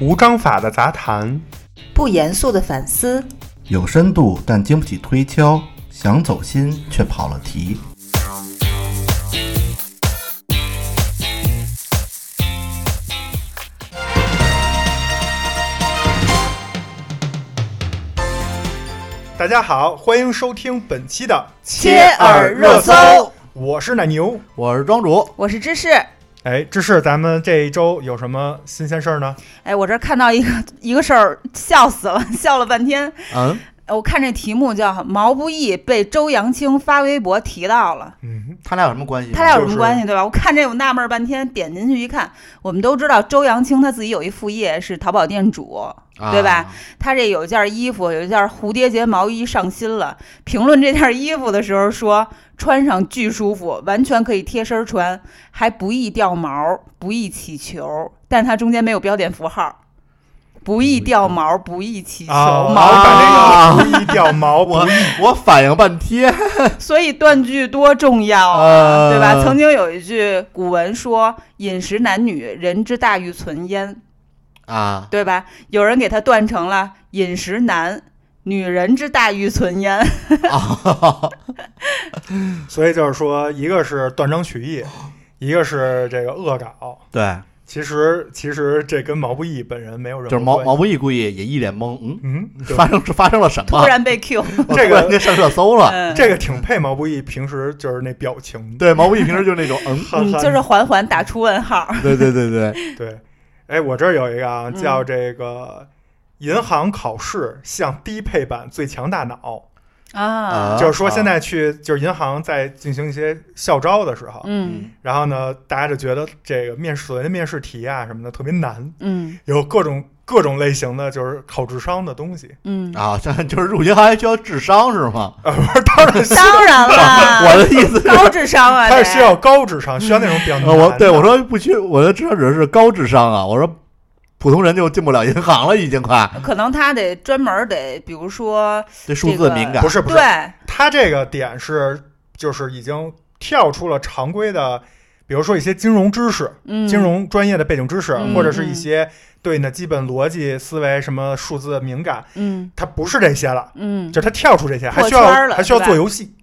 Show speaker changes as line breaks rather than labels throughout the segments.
无章法的杂谈，
不严肃的反思，
有深度但经不起推敲，想走心却跑了题。
大家好，欢迎收听本期的
切耳热搜，
我是奶牛。
我是庄主，
我是芝士。
哎，这是咱们这一周有什么新鲜事儿呢？
哎，我这儿看到一个 一个事儿，笑死了， 笑了半天。
嗯，
呃我看这题目叫“毛不易被周扬青发微博提到了
嗯，
他俩有什么关系”，吗？
他俩有什
就
么
是
关系，对吧？我看这我纳闷儿半天，点进去一看，我们都知道周扬青他自己有一副业是淘宝店主，
啊
对吧？他这有一件衣服，有一件蝴蝶结毛衣上新了。评论这件衣服的时候说，穿上巨舒服，完全可以贴身穿，还不易掉毛，不易起球。但是它中间没有标点符号，不易掉毛，不易起球，
啊，
毛
不易
把这个不易掉毛，不
我我反应半天，
所以断句多重要啊，
呃
对吧？曾经有一句古文说：“饮食男女，人之大欲存焉。”
啊，
对吧？有人给它断成了饮食男，女人之大欲存焉。
所以就是说，一个是断章取义，一个是这个恶搞。
对，
其实，其实这跟毛不易本人没有任何
就是毛
关系
毛不易故意也一脸懵，嗯，
嗯，对
发生发生了什
突
么？
然被 Q，
我
这
突
个
然间上热搜 了。
嗯，
这个挺配毛不易平时就是那表情的，
对，毛不易平时就是那种，嗯，
憨
嗯，
憨
就是缓缓打出问号。
对对对对，
对。哎，我这儿有一个啊，
嗯
叫这个银行考试向低配版最强大脑，
啊，
啊
就是说现在去就是银行在进行一些校招的时候，
嗯
然后呢，大家就觉得这个面试所谓的面试题啊什么的特别难，
嗯
有各种各种类型的就是考智商的东西。
嗯，
啊，现在就是入银行还需要智商是吗？
啊，不是，当然是
当 然
我
啦，
的意思是，
高智商啊，嗯
它
得
是需要高智商，需要那种比较难的。
呃，我对我说不需，我的智商指的是高智商啊，我说普通人就进不了银行了，已经快
可能他得专门得，比如说
对数
这
字
个
敏感
不，是不是，
对，
它这个点是就是已经跳出了常规的，比如说一些金融知识、
嗯，
金融专业的背景知识，
嗯
或者是一些对你的基本逻辑思维什么数字敏感，
嗯，
它不是这些了，
嗯
就是它跳出这些，还
破
需
圈儿
要
了
还需要
是吧
做游戏，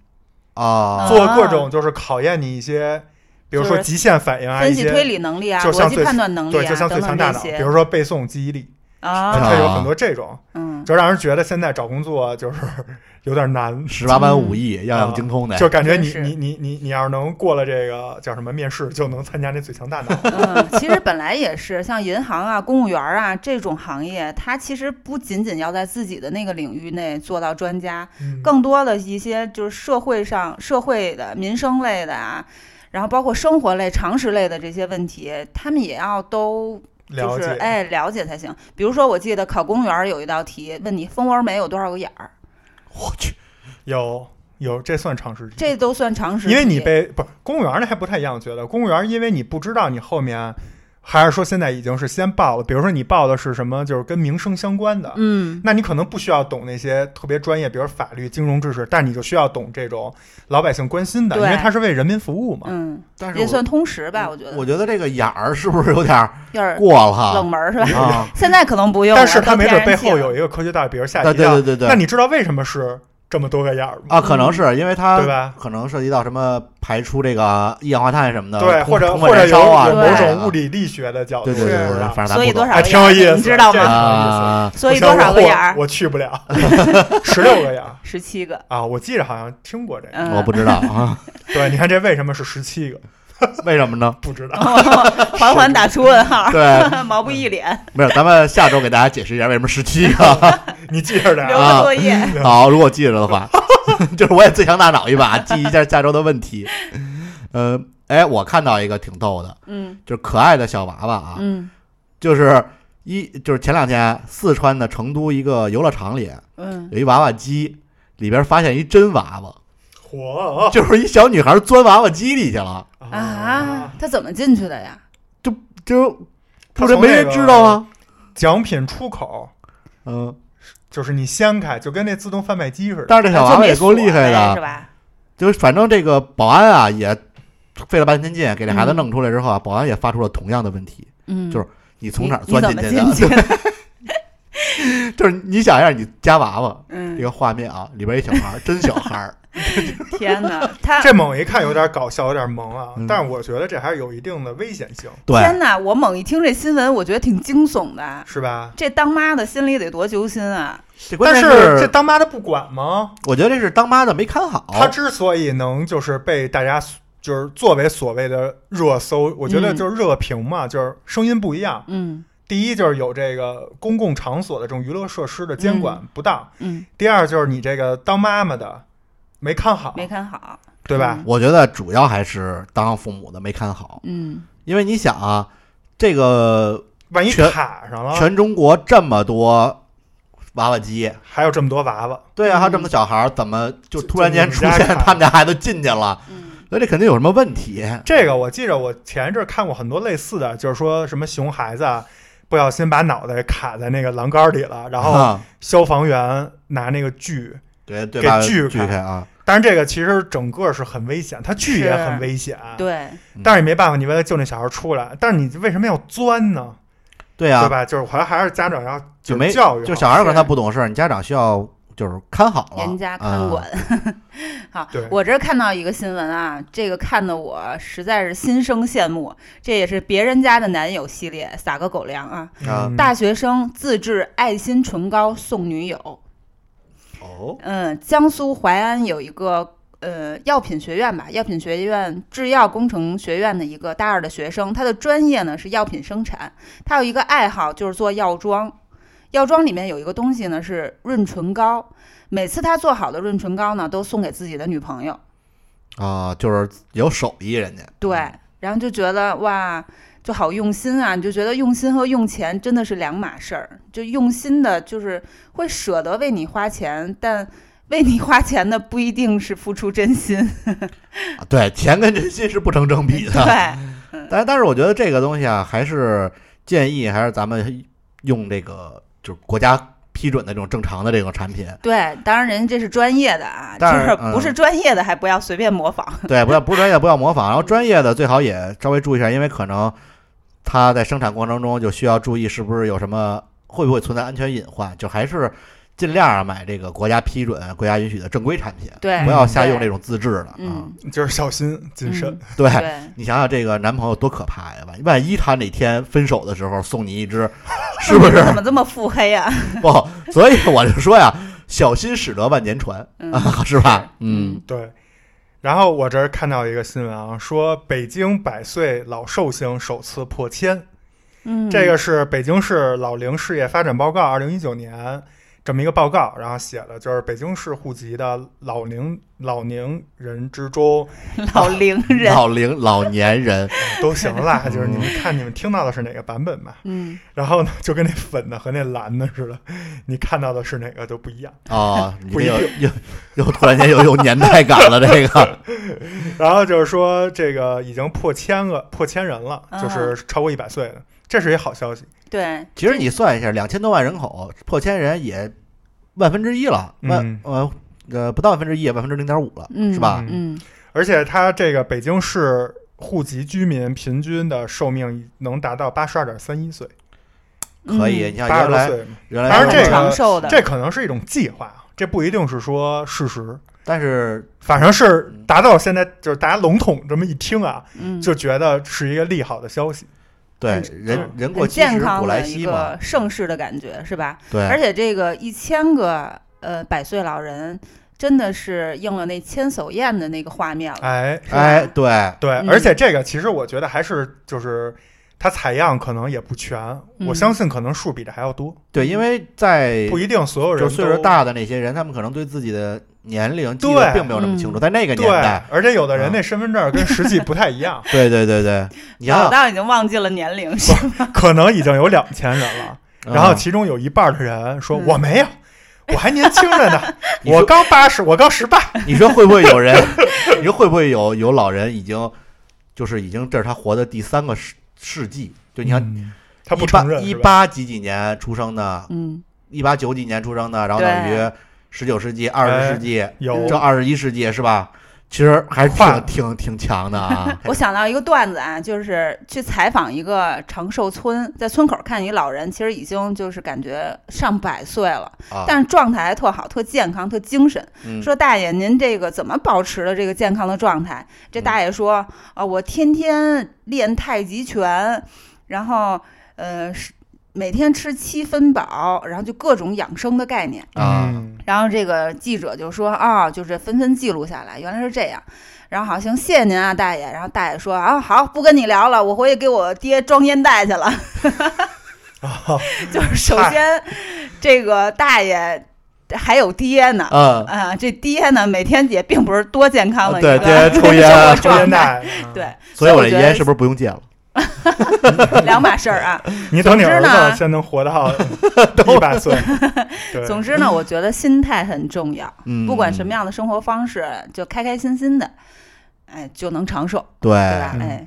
啊，
做各种就是考验你一些，比如说
就是
极限反应啊，
分
一
析推
些。
理能力啊，
就像
逻辑
最
判断能力
对，
啊，
就像
等
最强
等
大
这
脑，比
些
如说背诵、记忆力，
啊，
它有很多这种，
嗯，
就让人觉得现在找工作就是 有点难，
十八般武艺，样样精通的，
就感觉你
真是
你你你你要是能过了这个叫什么面试，就能参加那最强大脑。
嗯，其实本来也是，像银行啊、公务员啊这种行业，它其实不仅仅要在自己的那个领域内做到专家，
嗯
更多的一些就是社会上、社会的、民生类的啊，然后包括生活类、常识类的这些问题，他们也要都
了
就
解
是，哎了解才行。比如说，我记得考公务员有一道题，问你蜂窝煤有多少个眼儿，
我去，
有有这算常识题，
这都算常识题。
因为你被不是公务员那还不太一样，我觉得公务员因为你不知道你后面。还是说现在已经是先报了，比如说你报的是什么，就是跟民生相关的，
嗯
那你可能不需要懂那些特别专业，比如法律、金融知识，但你就需要懂这种老百姓关心的，因
对
为它是为人民服务嘛。
嗯，
但是
也
我
算通识吧，我觉得
我觉得这个眼儿是不是有点儿
有点
过了
冷门儿是吧？
啊？
现在可能不用了，
但是它
都
没
啊天
准
然
背
气
后
了
有一个科学道理，比如下
对
一
对
道
对，对对，
那你知道为什么是这么多个眼儿吗？
啊，可能是因为它
对吧？
可能涉及到什么排出这个一氧化碳什么的，
对，
空
或者
成
或
本
者
燃
有
烧啊
有
之
某
类的
种物理力学的角度，
对对对
是
对，对
吧？
反正咱
所以
不懂
多少
还
个
挺有
眼
意
儿
思
你知道
这个
吗？
啊，
所以
不行
多少
我
个眼儿？
我去不了， 十六个眼儿
十七个。
啊！我记着好像听过这个。
嗯，
我不知道 啊，
对，你看这为什么是十七个？
为什么呢？
不知道。
缓缓打出问号，
对，
毛不易脸，
没有，咱们下周给大家解释一下为什么十七个。
你记着
啊
点
留
儿
个作业。
好，如果记着的话， 就是我也最强大脑一把，记一下下周的问题。呃，哎，我看到一个挺逗的，
嗯
就是可爱的小娃娃啊，
嗯
就是一就是前两天四川的成都一个游乐场里
嗯，
有一娃娃机，里边发现一真娃娃，
火
就是一小女孩钻娃娃机里去了，
啊！，他怎么进去的呀？
就不
她
是
从
没
那
人
个
知道啊。
奖品出口
嗯，
就是你掀开，就跟那自动贩卖机似的。
但是这小娃
就
娃
没
也够
锁
厉害
呗
的
是，吧？
就反正这个保安啊也费了半天劲给这孩子弄出来之后啊，保安也发出了同样的问题，
嗯，
就是你从哪儿
你你
钻
怎
进
么
去
进
的？
去 的？
就是你想一下，你夹娃娃这
嗯，
个画面啊，里边一小孩儿，真小孩儿，
天 哪，他
这猛一看有点搞笑，有点萌啊
嗯，
但是我觉得这还是有一定的危险性，
对，
天哪！我猛一听这新闻，我觉得挺惊悚的。
是吧？
这当妈的心里得多揪心啊！
这关
但
键
这当妈的不管吗？
我觉得这是当妈的没看好，
她之所以能就是被大家就是作为所谓的热搜，我觉得
嗯
就是热评嘛，就是声音不一样。
嗯
第一就是有这个公共场所的这种娱乐设施的监管不当，
嗯，
第二就是你这个当妈妈的没看
啊
好，
没看嗯好。
对吧？
我觉得主要还是当父母的没看好，
嗯
因为你想啊，这个
万一
全
卡上了，
全中国这么多娃娃机，
还有这么多娃娃，
对
嗯
啊，还有这么多小孩儿，怎么就
就
突然间
就
出
你们家
现
看
他们家孩子进去了？
嗯
那这肯定有什么问题。
这个我记着，我前一阵儿看过很多类似的，就是说什么熊孩子啊，不小心把脑袋卡在那个栏杆里了，然后
啊
消防员拿那个锯，
对对
给
吧？
锯
锯
开
开啊，
但是这个其实整个是很危险，它锯也很危险，，
嗯对，
但是也没办法，你为了救那小孩出来，但是你为什么要钻呢？
对啊
对，吧？就是好像还是家长要
就是没
教育好，
就小孩儿可能
是
他不懂事儿，你家长需要就是看好了，
严加看管
啊。。
好
对，
我这儿看到一个新闻啊，这个看的我实在是心生羡慕。这也是别人家的男友系列，撒个狗粮啊！
啊
嗯
大学生自制爱心唇膏送女友。
哦，
嗯，江苏淮安有一个呃药品学院吧，药品学院制药工程学院的一个大二的学生，他的专业呢是药品生产，他有一个爱好就是做药妆。药妆里面有一个东西呢是润唇膏，每次他做好的润唇膏呢都送给自己的女朋友，
啊，就是有手艺人家，
对，然后就觉得哇，就好用心啊，你就觉得用心和用钱真的是两码事儿，就用心的就是会舍得为你花钱，但为你花钱的不一定是付出真心。
啊对，钱跟真心是不成正比的。
对，
但但是我觉得这个东西啊，还是建议还是咱们用这个就是国家批准的这种正常的这种产 品，
对，当然人家这是专业的啊，就
但是
是不是专业的还不要随便模仿。
对，不要不是专业的不要模仿，然后专业的最好也稍微注意一下，因为可能它在生产过程中就需要注意是不是有什么会不会存在安全隐患，就还是尽量买这个国家批准、国家允许的正规产品，
对，
不要瞎用
嗯
这
对。
种自制的啊。
嗯，
就是小心谨慎。
嗯
对，
对，
你想想这个男朋友多可怕呀！万万一他哪天分手的时候送你一支， 是不是？
怎么这么腹黑啊？
不，哦所以我就说呀，小心驶得万年船
嗯
啊，是吧？嗯，
对。然后我这儿看到一个新闻啊，说北京百岁老寿星首次破千，
嗯，
这个是北京市老龄事业发展报告二零一九年这么一个报告，然后写的就是北京市户籍的老龄老年人之中
老龄人，
老龄老年人，
都行啦，
嗯
就是你们看你们听到的是哪个版本吧。
嗯，
然后呢，就跟那粉的和那蓝的似的，你看到的是哪个都不一样。
哦，你
不
这
一
又又又突然间又有年代感了，这个
然后就是说这个已经破千个破千人了，
啊
就是超过一百岁的，这是一好消息。
对，
其实你算一下，两千多万人口，破千人也万分之一了，万
嗯
呃呃不到万分之一，万分之零点五了，
嗯
是吧？
嗯，
而且它这个北京市户籍居民平均的寿命能达到八十二点三一岁，
嗯
可以，你像
八十
啊原
多
来
岁嘛，
原来
当然
说
这个
长寿的，
这可能是一种计划，啊这不一定是说事实。
但是
反正是达到现在，就是大家笼统这么一听啊，
嗯
就觉得是一个利好的消息。
对
嗯
人人过
很
七
健
十
康
古来
的一
稀嘛
个，盛世的感觉是吧？而
对，
且这个一千个呃百岁老人，真的是应了那千叟宴的那个画面了。
哎，
是吧
哎，对，
对，
嗯
而且这个其实我觉得还是就是它采样可能也不全，
嗯
我相信可能数比这还要多，
对，因为在
不一定所有人
就
都
岁数。大的那些人，他们可能对自己的年龄记得
对
并没有那么
嗯
清楚，在那个
对
年代，，
而且有的
啊
人那身份证跟实际不太一样，
对对对对，你
老
要，
道已经忘记了年龄，是吧
可能已经有两千人了。然后其中有一半的人说
嗯
我没有，我还年轻着呢
你说
我刚八十，我刚十八。
你说会不会有人？ 你说会不会有有老人已经就是已经这是他活的第三个世世纪？就你看，
嗯他不承认，
一
是吧
八几几年出生的，
嗯，
一八九几年出生的，然后等于
对。
哎
十九世纪、二十世纪，
有
这二十一世纪是吧？其实还是
跨
挺挺挺强的啊
我想到一个段子啊，就是去采访一个长寿村，在村口看一老人，其实已经就是感觉上百岁了，
啊，
但是状态还特好，特健康，特精神。
嗯
说大爷，您这个怎么保持的这个健康的状态？这大爷说啊，我天天练太极拳，然后呃是每天吃七分饱，然后就各种养生的概念。
啊，
嗯
然后这个记者就说啊，就是纷纷记录下来，原来是这样。然后好，行，谢谢您啊，大爷。然后大爷说啊，好，不跟你聊了，我回去给我爹装烟袋去了。 就是首先，这个大爷还有爹呢。
嗯，
啊，这爹呢，每天也并不是多健康的一
对
个
爹 抽
生活
烟
抽
状
烟
态，
袋，嗯
对，
所以我这
觉得
烟是不是不用戒了？
两码事儿啊？
你等你
总之
儿
呢
子先能活 到一百 岁。对，
总之呢，我觉得心态很重要，
嗯，
不管什么样的生活方式，就开开心心的，哎，就能长寿，
对，
对吧？
嗯
哎，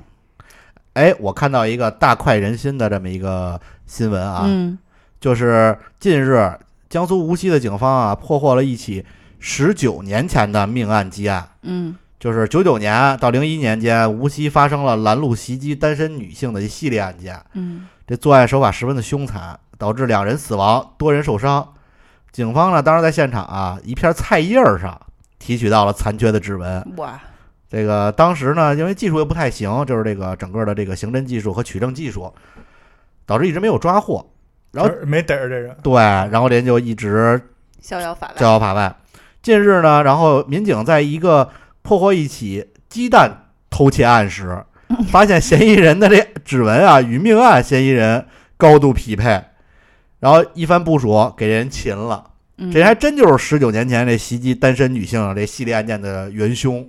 哎，我看到一个大快人心的这么一个新闻啊，
嗯，
就是近日江苏无锡的警方啊破获了一起十九年前的命案积案。
嗯
就是九九年到零一年间，无锡发生了拦路袭击单身女性的一系列案件。
嗯
这作案手法十分的凶残，导致两人死亡，多人受伤。警方呢，当时在现场啊，一片菜叶儿上提取到了残缺的指纹。
嗯哇，
这个当时呢，因为技术又不太行，就是这个整个的这个刑侦技术和取证技术，导致一直没有抓获。然后
就是没逮着这人，
对，然后人就一直
逍遥法外，
逍遥法外。近日呢，然后民警在一个破获一起鸡蛋偷窃案时，发现嫌疑人的这指纹啊与命案嫌疑人高度匹配，然后一番部署给人擒了。
嗯
这还真就是十九年前这袭击单身女性这系列案件的元凶，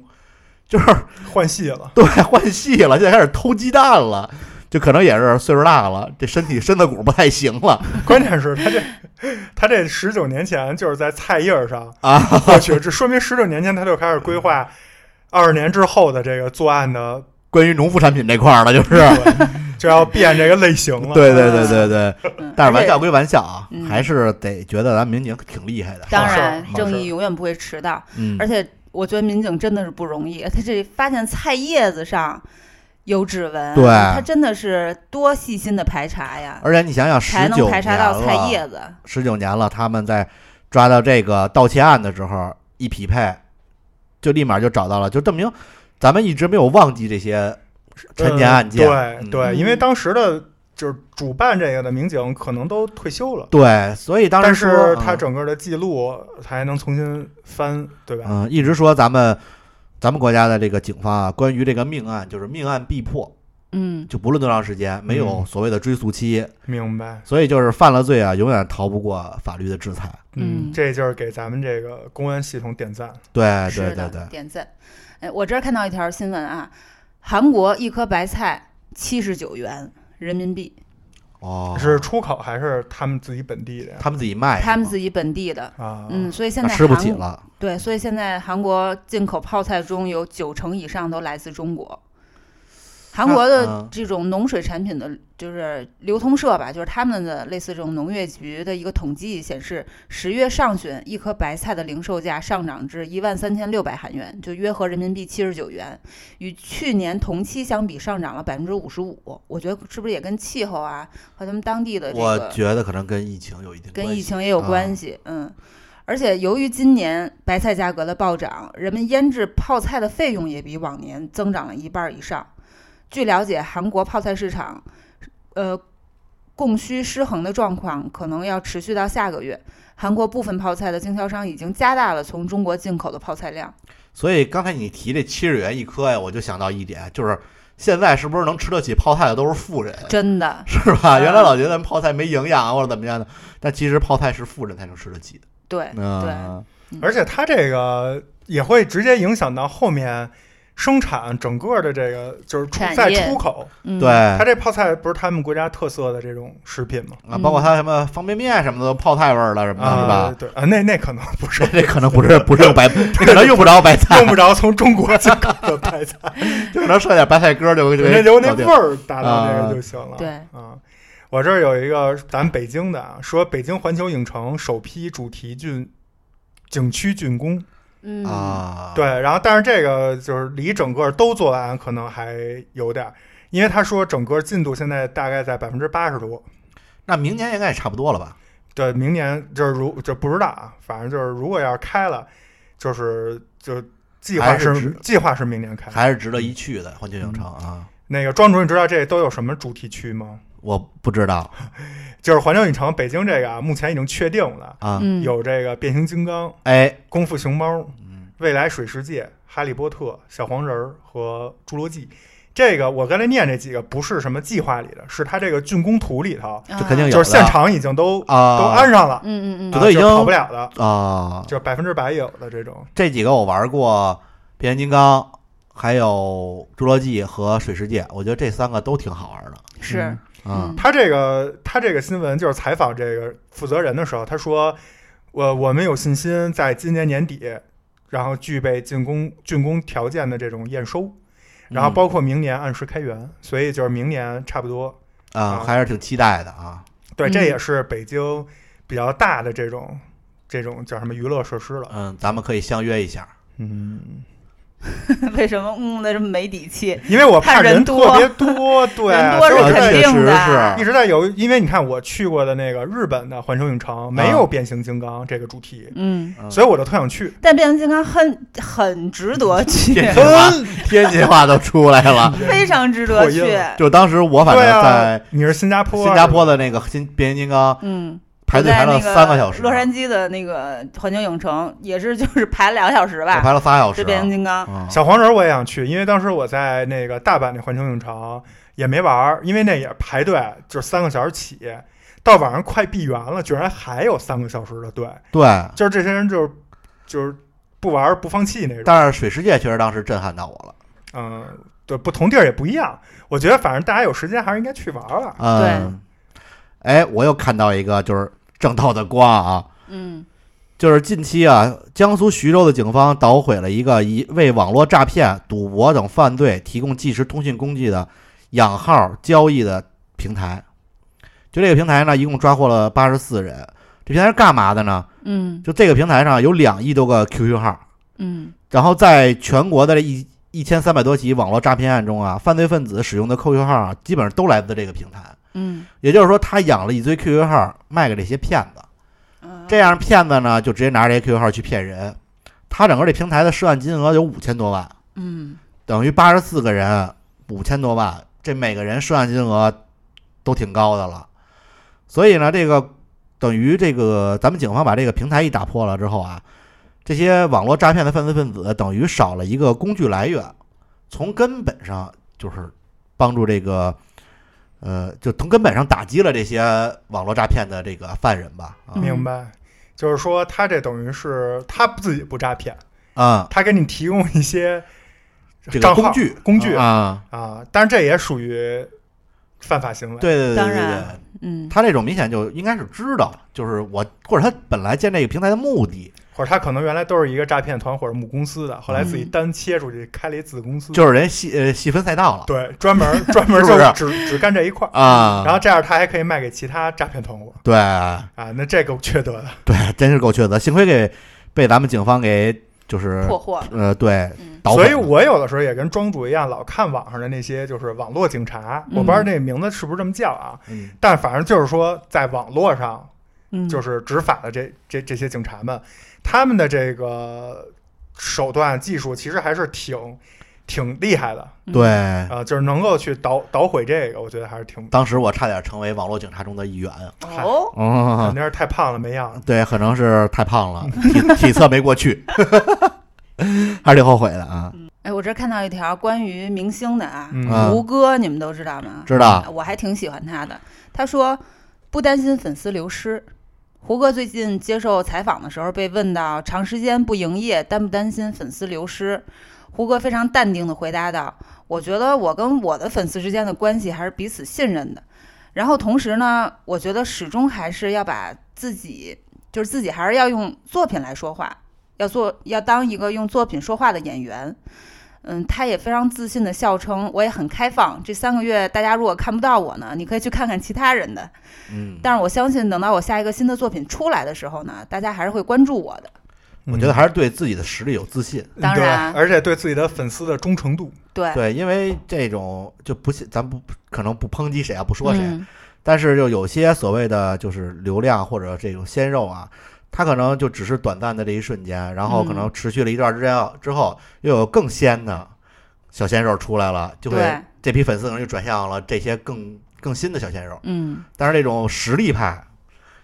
就是
换戏了。
对换戏了，现在开始偷鸡蛋了。就可能也是岁数大了，这身体身子骨不太行了
关键是他这他这十九年前就是在菜叶儿上
啊！
获取，这说明十九年前他就开始规划二十年之后的这个作案的，
关于农副产品这块儿 呢，就是
对就要变这个类型了。
对对 对对对，
嗯
但是玩
而且
笑归玩笑啊，
嗯
还是得觉得咱民警挺厉害的。
当
好事儿
然
好，事儿
正义永远不会迟到，
嗯
而，且我觉得民警真的是不容易，他这发现菜叶子上有指纹，
对
他真的是多细心的排查呀，
而且你想想，
才
十
能
九
排
年
查到菜
了，
叶子，
十九年了，他们在抓到这个盗窃案的时候一匹配，就立马就找到了，就证明咱们一直没有忘记这些陈年案件。
呃对
嗯
对，
嗯
因为当时的就是主办这个的民警可能都退休了，
对，所以当
但
时说
是他
嗯
整个的记录还能重新翻，对吧？
嗯，一直说咱们咱们国家的这个警方啊，关于这个命案就是命案必破，
嗯，
就不论多长时间，没有
嗯
所谓的追诉期，
明白。嗯
所以就是犯了罪啊，永远逃不过法律的制裁。
嗯
这就是给咱们这个公安系统点赞。
对哎对
是
对
的，
对，
点赞。哎，我这儿看到一条新闻啊，韩国一颗白菜七十九元人民币，
哦，
是出口还是他们自己本地的呀？
他们自己哎卖是吗，哦
他们自己本地的。
啊，
嗯，所以现
那
在
吃不
韩
起了。
对，所以现在韩国进口泡菜中有九成以上都来自中国。韩国
啊啊
的这种农水产品的，就是流通社吧，就是他们的类似这种农业局的一个统计显示，十月上旬一颗白菜的零售价上涨至一万三千六百韩元，就约合人民币七十九元，与去年同期相比上涨了百分之五十五。我觉得是不是也跟气候啊和他们当地的这
我
个
觉得可能跟疫情有一定
跟
关
疫
系。
情也有
啊
关系，嗯。而且由于今年白菜价格的暴涨，人们腌制泡菜的费用也比往年增长了一半儿以上。据了解，韩国泡菜市场，呃，供需失衡的状况可能要持续到下个月。韩国部分泡菜的经销商已经加大了从中国进口的泡菜量。
所以刚才你提这七十元一颗呀，我就想到一点，就是现在是不是能吃得起泡菜的都是富人，
真的，
是吧？
嗯
原来老觉得泡菜没营养或者怎么样的，但其实泡菜是富人才能吃得起的。
对，
嗯，
而且它这个也会直接影响到后面生产整个的这个就是出
产
再
业
出口。
嗯，
对，
它这泡菜不是他们国家特色的这种食品吗？
啊，包括它什么方便面什么的都泡菜味儿了什么的，
嗯
是
啊
吧，？
对啊，那那可能不是
这这可能不是不是用白，这可能用不着白菜
用，不着从中国进口的白 菜，
就可能剩点白菜根儿就就
人家
给
留那
搞定
味儿达到这个就行了。
啊对
啊，我这儿有一个咱北京的啊，说北京环球影城首批主题郡景区竣工，
嗯，
啊，
对，然后但是这个就是离整个都做完可能还有点儿，因为他说整个进度现在大概在百分之八十多。
那明年应该也差不多了吧？
对，明年就是如就不知道啊，反正就是如果要是开了，就是就计划
还
是
是指
计划是明年开。
还是值得一去的环球影城
嗯
啊。
那个庄主，你知道这都有什么主题区吗？
我不知道
就是环球影城北京这个啊，目前已经确定了，
啊，
嗯，
有这个变形金刚、
哎，
功夫熊猫、
嗯
未来水世界、哈利波特、小黄人儿和侏罗纪。这个我刚才念这几个不是什么计划里的，是他这个竣工图里头，
这
这肯定有的
就是现场已经都、
啊，
都安上了，
嗯嗯
这
嗯，
都已经
啊就跑不了了，
啊，
就是百分之百有的这种。
这几个我玩过，变形金刚，还有侏罗纪和水世界，我觉得这三个都挺好玩的
是，
啊
嗯。
他这个他这个新闻就是采访这个负责人的时候，他说：“我我们有信心在今年年底，然后具备竣工竣工条件的这种验收，然后
嗯
包括明年按时开园，所以就是明年差不多。
啊，还是挺期待的啊。
对，
嗯
这也是北京比较大的这种这种叫什么娱乐设施了。
嗯，咱们可以相约一下。
嗯，
为什么嗯的这么没底气？
因为我怕
怕人
特别多，对，
人多
所以我
是
在
肯定的，
啊
一直在有，因为你看我去过的那个日本的环球影城
啊
没有变形金刚这个主题，
嗯，
嗯
所以我就特想去。
但变形金刚很很值得去，
天津话，天津话都出来了。
非常值得去
破音。了
就当时我反正
对啊
在，
你是新加坡，
新加坡的那个新变形金刚
嗯，
排队
我在
排了
那个
三个小时，
洛杉矶的那个环球影城也是，就是排两个小时
我
吧，
排了仨小时
这。变形金刚。
啊
小黄人我也想去，因为当时我在那个大阪那环球影城也没玩儿，因为那也排队，就是三个小时起，到晚上快闭园了，居然还有三个小时的队，
对，
就是这些人就是就是不玩儿不放弃那种。
但是水世界确实当时震撼到我了。
嗯，对，不同地儿也不一样。我觉得反正大家有时间还是应该去玩玩。
嗯，哎，我又看到一个就是正道的光啊，
嗯
就是近期啊，江苏徐州的警方捣毁了一个以为网络诈骗、赌博等犯罪提供即时通讯工具的养号交易的平台。就这个平台呢，一共抓获了八十四人。这平台是干嘛的呢？
嗯
就这个平台上有两亿多个 QQ 号，
嗯
然后在全国的这一一千三百多起网络诈骗案中啊，犯罪分子使用的 QQ 号啊，基本上都来自这个平台。
嗯，
也就是说，他养了一堆 QQ 号卖给这些骗子，
嗯
这样骗子呢就直接拿着这些 QQ 号去骗人。他整个这平台的涉案金额有五千多万，
嗯
等于八十四个人，五千多万，这每个人涉案金额都挺高的了。所以呢，这个等于这个咱们警方把这个平台一打破了之后啊，这些网络诈骗的犯罪分子等于少了一个工具来源，从根本上就是帮助这个。呃，就从根本上打击了这些网络诈骗的这个犯人吧，啊，
嗯
明白，就是说他这等于是他自己不诈骗，
啊
他给你提供一些
这个
账号
工具
工具
啊，
啊，但是这也属于犯法行为。
对对对对
当
对
然
对，
嗯
他这种明显就应该是知道，就是我或者他本来建这个平台的目的
或者他可能原来都是一个诈骗团伙的母公司的，后来自己单切出去开了一子公司，
嗯就是人细呃细分赛道了
嗯对，专门专门
是
就
不是
只只干这一块儿，
啊，
然后这样他还可以卖给其他诈骗团伙
对
啊，那这个缺德了。
对，真是够缺德，幸亏给被咱们警方给就是
破获了。
呃对
嗯
捣
所
毁了，
以我有的时候也跟庄主一样，老看网上的那些就是网络警察，我不知道
嗯
这名字是不是这么叫啊，
嗯
但反正就是说在网络上
嗯，
就是执法的这这这些警察们，他们的这个手段技术其实还是挺挺厉害的
嗯
对，
啊、就是能够去捣捣毁这个，我觉得还是挺
当时我差点成为网络警察中的一员，
哦，
肯
哦，
定是太胖了没样子。
对，可能是太胖了，体 体测没过去，还是挺后悔的啊，
哎，我这看到一条关于明星的啊，
嗯
啊
胡歌，你们都知道吗？
知道
我还挺喜欢他的。他说不担心粉丝流失。胡歌最近接受采访的时候被问到长时间不营业担不担心粉丝流失，胡歌非常淡定地回答道：“我觉得我跟我的粉丝之间的关系还是彼此信任的。然后同时呢，我觉得始终还是要把自己，就是自己还是要用作品来说话，要做要当一个用作品说话的演员。”嗯，他也非常自信的笑称：“我也很开放。这三个月大家如果看不到我呢，你可以去看看其他人的。
嗯，
但是我相信，等到我下一个新的作品出来的时候呢，大家还是会关注我的。
嗯我觉得还是对自己的实力有自信。
嗯
当
对
然啊
而且对自己的粉丝的忠诚度，
对，
对，因为这种就不信，咱不可能不抨击谁啊，不说谁，
嗯
但是就有些所谓的就是流量或者这种鲜肉啊，他可能就只是短暂的这一瞬间，然后可
嗯
能持续了一段时间之后，又有更鲜的小鲜肉出来了，就会
对
这批粉丝可能就转向了这些更更新的小鲜肉。
嗯，
但是这种实力派，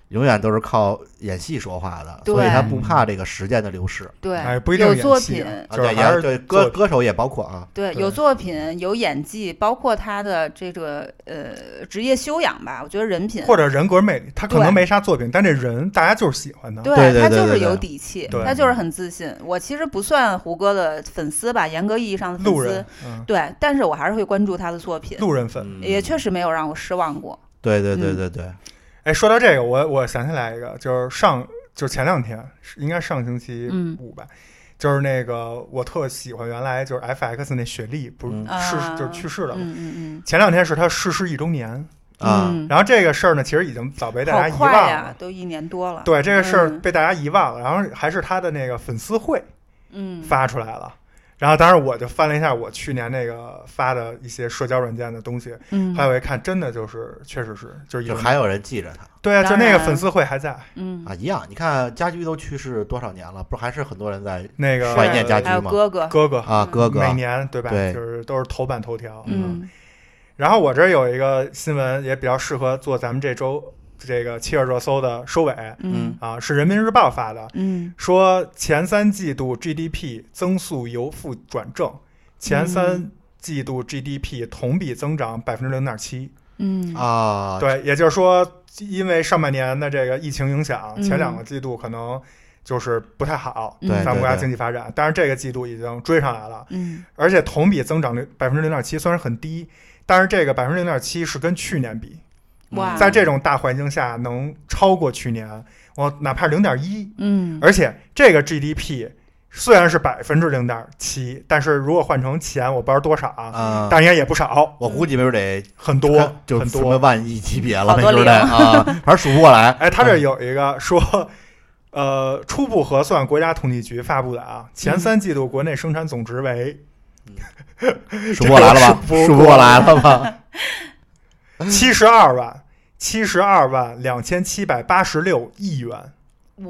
永远都是靠演戏说话的，
对
所以他不怕这个时间的流逝。
对，
哎，不一定
有
演
作
戏
品，
啊，
啊，
就是
对，
还
也
是
对
作
歌
品
歌手也包括啊，
对，
对
有作品，有演技，包括他的这个呃职业修养吧，我觉得人品，
或者人格魅力，他可
对
能没啥作品，但这人大家就是喜欢他。
对
对对
他
对
就是
对
有
对
底气，
对
他就是很自信。我其实不算胡歌的粉丝吧，严格意义上的粉
路
丝
人，，嗯，
对，但是我还是会关注他的作品，
路人粉。
嗯
也确实没有让我失望过。
对对对
嗯
对对，
哎，说到这个，我我想起来一个，就是上就是前两天，是应该上星期
嗯
五吧，就是那个我特喜欢原来就是 FX 那雪莉，不是
嗯
逝、
啊
就是去世了嘛。
嗯嗯
前两天是她逝世一周年，
嗯
啊，
嗯
然后这个事儿呢，其实已经早被大家
好
遗
快
忘
呀
了，。
都一年多了。
对这个事儿
嗯
被大家遗忘了，然后还是他的那个粉丝会
嗯，
发出来了。然后当时我就翻了一下我去年那个发的一些社交软件的东西，
嗯
还有一看，真的就是确实是就是有
就还有人记着他。
对啊，就
当
那个
然
粉丝会还在，
嗯，
啊，一样。你看家驹都去世多少年了，不是还是很多人在
那个
怀念家
还有
驹吗？
哥哥，
哥哥
啊，
嗯
哥哥，
每年对吧？
对
就是都是头版头条。
嗯
然后我这儿有一个新闻也比较适合做咱们这周这个七月热搜的收尾
嗯
啊，是人民日报发的，
嗯
说前三季度 GDP 增速由负转正，前三季度 GDP 同比增长百分之零点七。
嗯，
啊，
对，也就是说，因为上半年的这个疫情影响，
嗯
前两个季度可能就是不太好，
对
咱们国家
对对
经济发展，但是这个季度已经追上来了。
嗯
而且同比增长率百分之零点七，虽然很低，但是这个百分之零点七是跟去年比，
嗯哇
在这种大环境下能超过去年，我哪怕零点一，
嗯，
而且这个 GDP 虽然是百分之零点七，但是如果换成钱，我不知道多少啊，
啊，
但应该也不少，
我估计没准得
很多
看就是
很
什么
多。
万亿级别了，
好
没
多
准得
零
啊，反正数不过来。
哎，他这有一个说。呃，初步核算，国家统计局发布的啊，
嗯
前三季度国内生产总值为
嗯 数不过来了吧？
这个
数不过来了吧？
七十二万七十二万两千七百八十六亿元，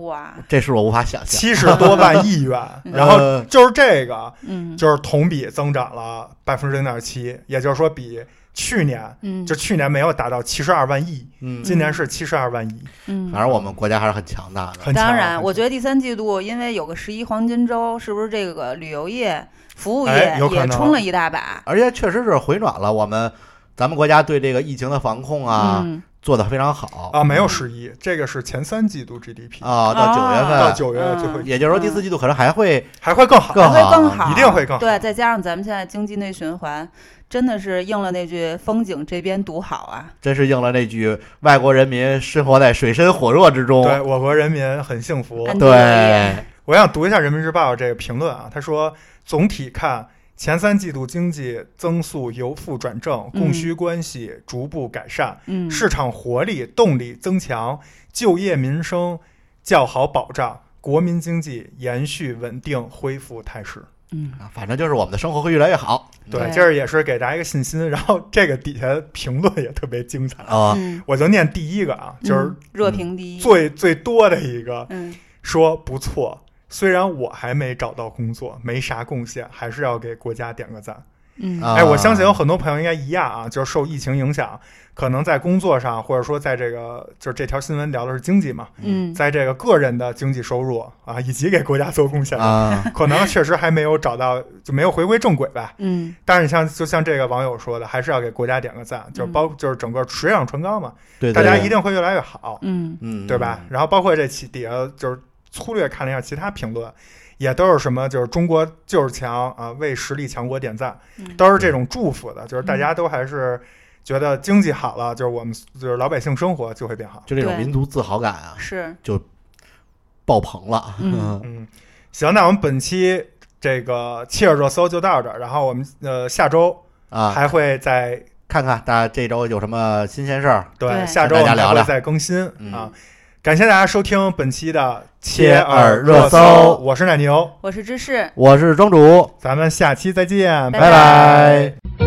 哇，
这是我无法想象。
七十多万亿元，
嗯
然后
呃
就是这个，
嗯
就是同比增长了百分之零点七，也就是说比去年，
嗯，
就去年没有达到七十二万亿，
嗯，
今年是七十二万亿，
嗯
反正我们国家还是很强大的。
很强啊。
当然，我
得
觉得第三季度因为有个十一黄金周，是不是这个旅游业、服务
哎
业
有可
也
能
冲了一大把？
而且确实是回暖了，我们咱们国家对这个疫情的防控啊
嗯，
做得非常好
啊，没有十一，这个是前三季度 GDP，
啊，到九月份，
到九月就会
嗯
也就是说第四季度可能还会
还会更好。啊
更
还会更
好
好，
一定会更好
对，再加上咱们现在经济内循环，真的是应了那句“风景这边独好”啊。
真是应了那句“外国人民生活在水深火热之中
对我国人民很幸福。
安”。定
对，
我想读一下《人民日报》这个评论啊，他说：总体看，前三季度经济增速由负转正，供需关系逐步改善，
嗯，
市场活力、动力增强，就业民生较好保障，国民经济延续稳定恢复态势。
嗯，
啊反正就是我们的生活会越来越好
对，
对
这儿也是给大家一个信心。然后这个底下评论也特别精彩，
啊。
嗯，
我就念第一个啊，就是
嗯热评第一，
最最多的一个，
嗯
说不错。虽然我还没找到工作，没啥贡献，还是要给国家点个赞。
嗯
啊
哎，我相信有很多朋友应该一样啊，就是受疫情影响，可能在工作上，或者说在这个就是这条新闻聊的是经济嘛，
嗯
在这个个人的经济收入啊，以及给国家做贡献，
啊，
可能确实还没有找到，就没有回归正轨吧。
嗯
但是你像就像这个网友说的，还是要给国家点个赞，就是包就是整个水涨船高嘛，
对，
大
对
家
对
一定会越来越好，
嗯
嗯，
对吧？
嗯？
然后包括这其底下就是粗略看了一下其他评论，也都是什么就是中国就是强啊，为实力强国点赞，
嗯
都是这种祝福的，就是大家都还是觉得经济好了，就是我们就是老百姓生活就会变好。
就这种
对
民族自豪感啊，
是
爆棚了。
嗯，
嗯，行，那我们本期这个切尔热搜就到这儿，然后我们呃下周
啊，
还会再、
看看大家这周有什么新鲜事儿，
对
对
下周
跟
我
大
们
家聊
还
聊
会再更新
嗯
啊。感谢大家收听本期的切
切耳
热
热
搜
搜，
我是奶牛，
我是芝士，
我是庄主，
咱们下期再见，
拜
拜
拜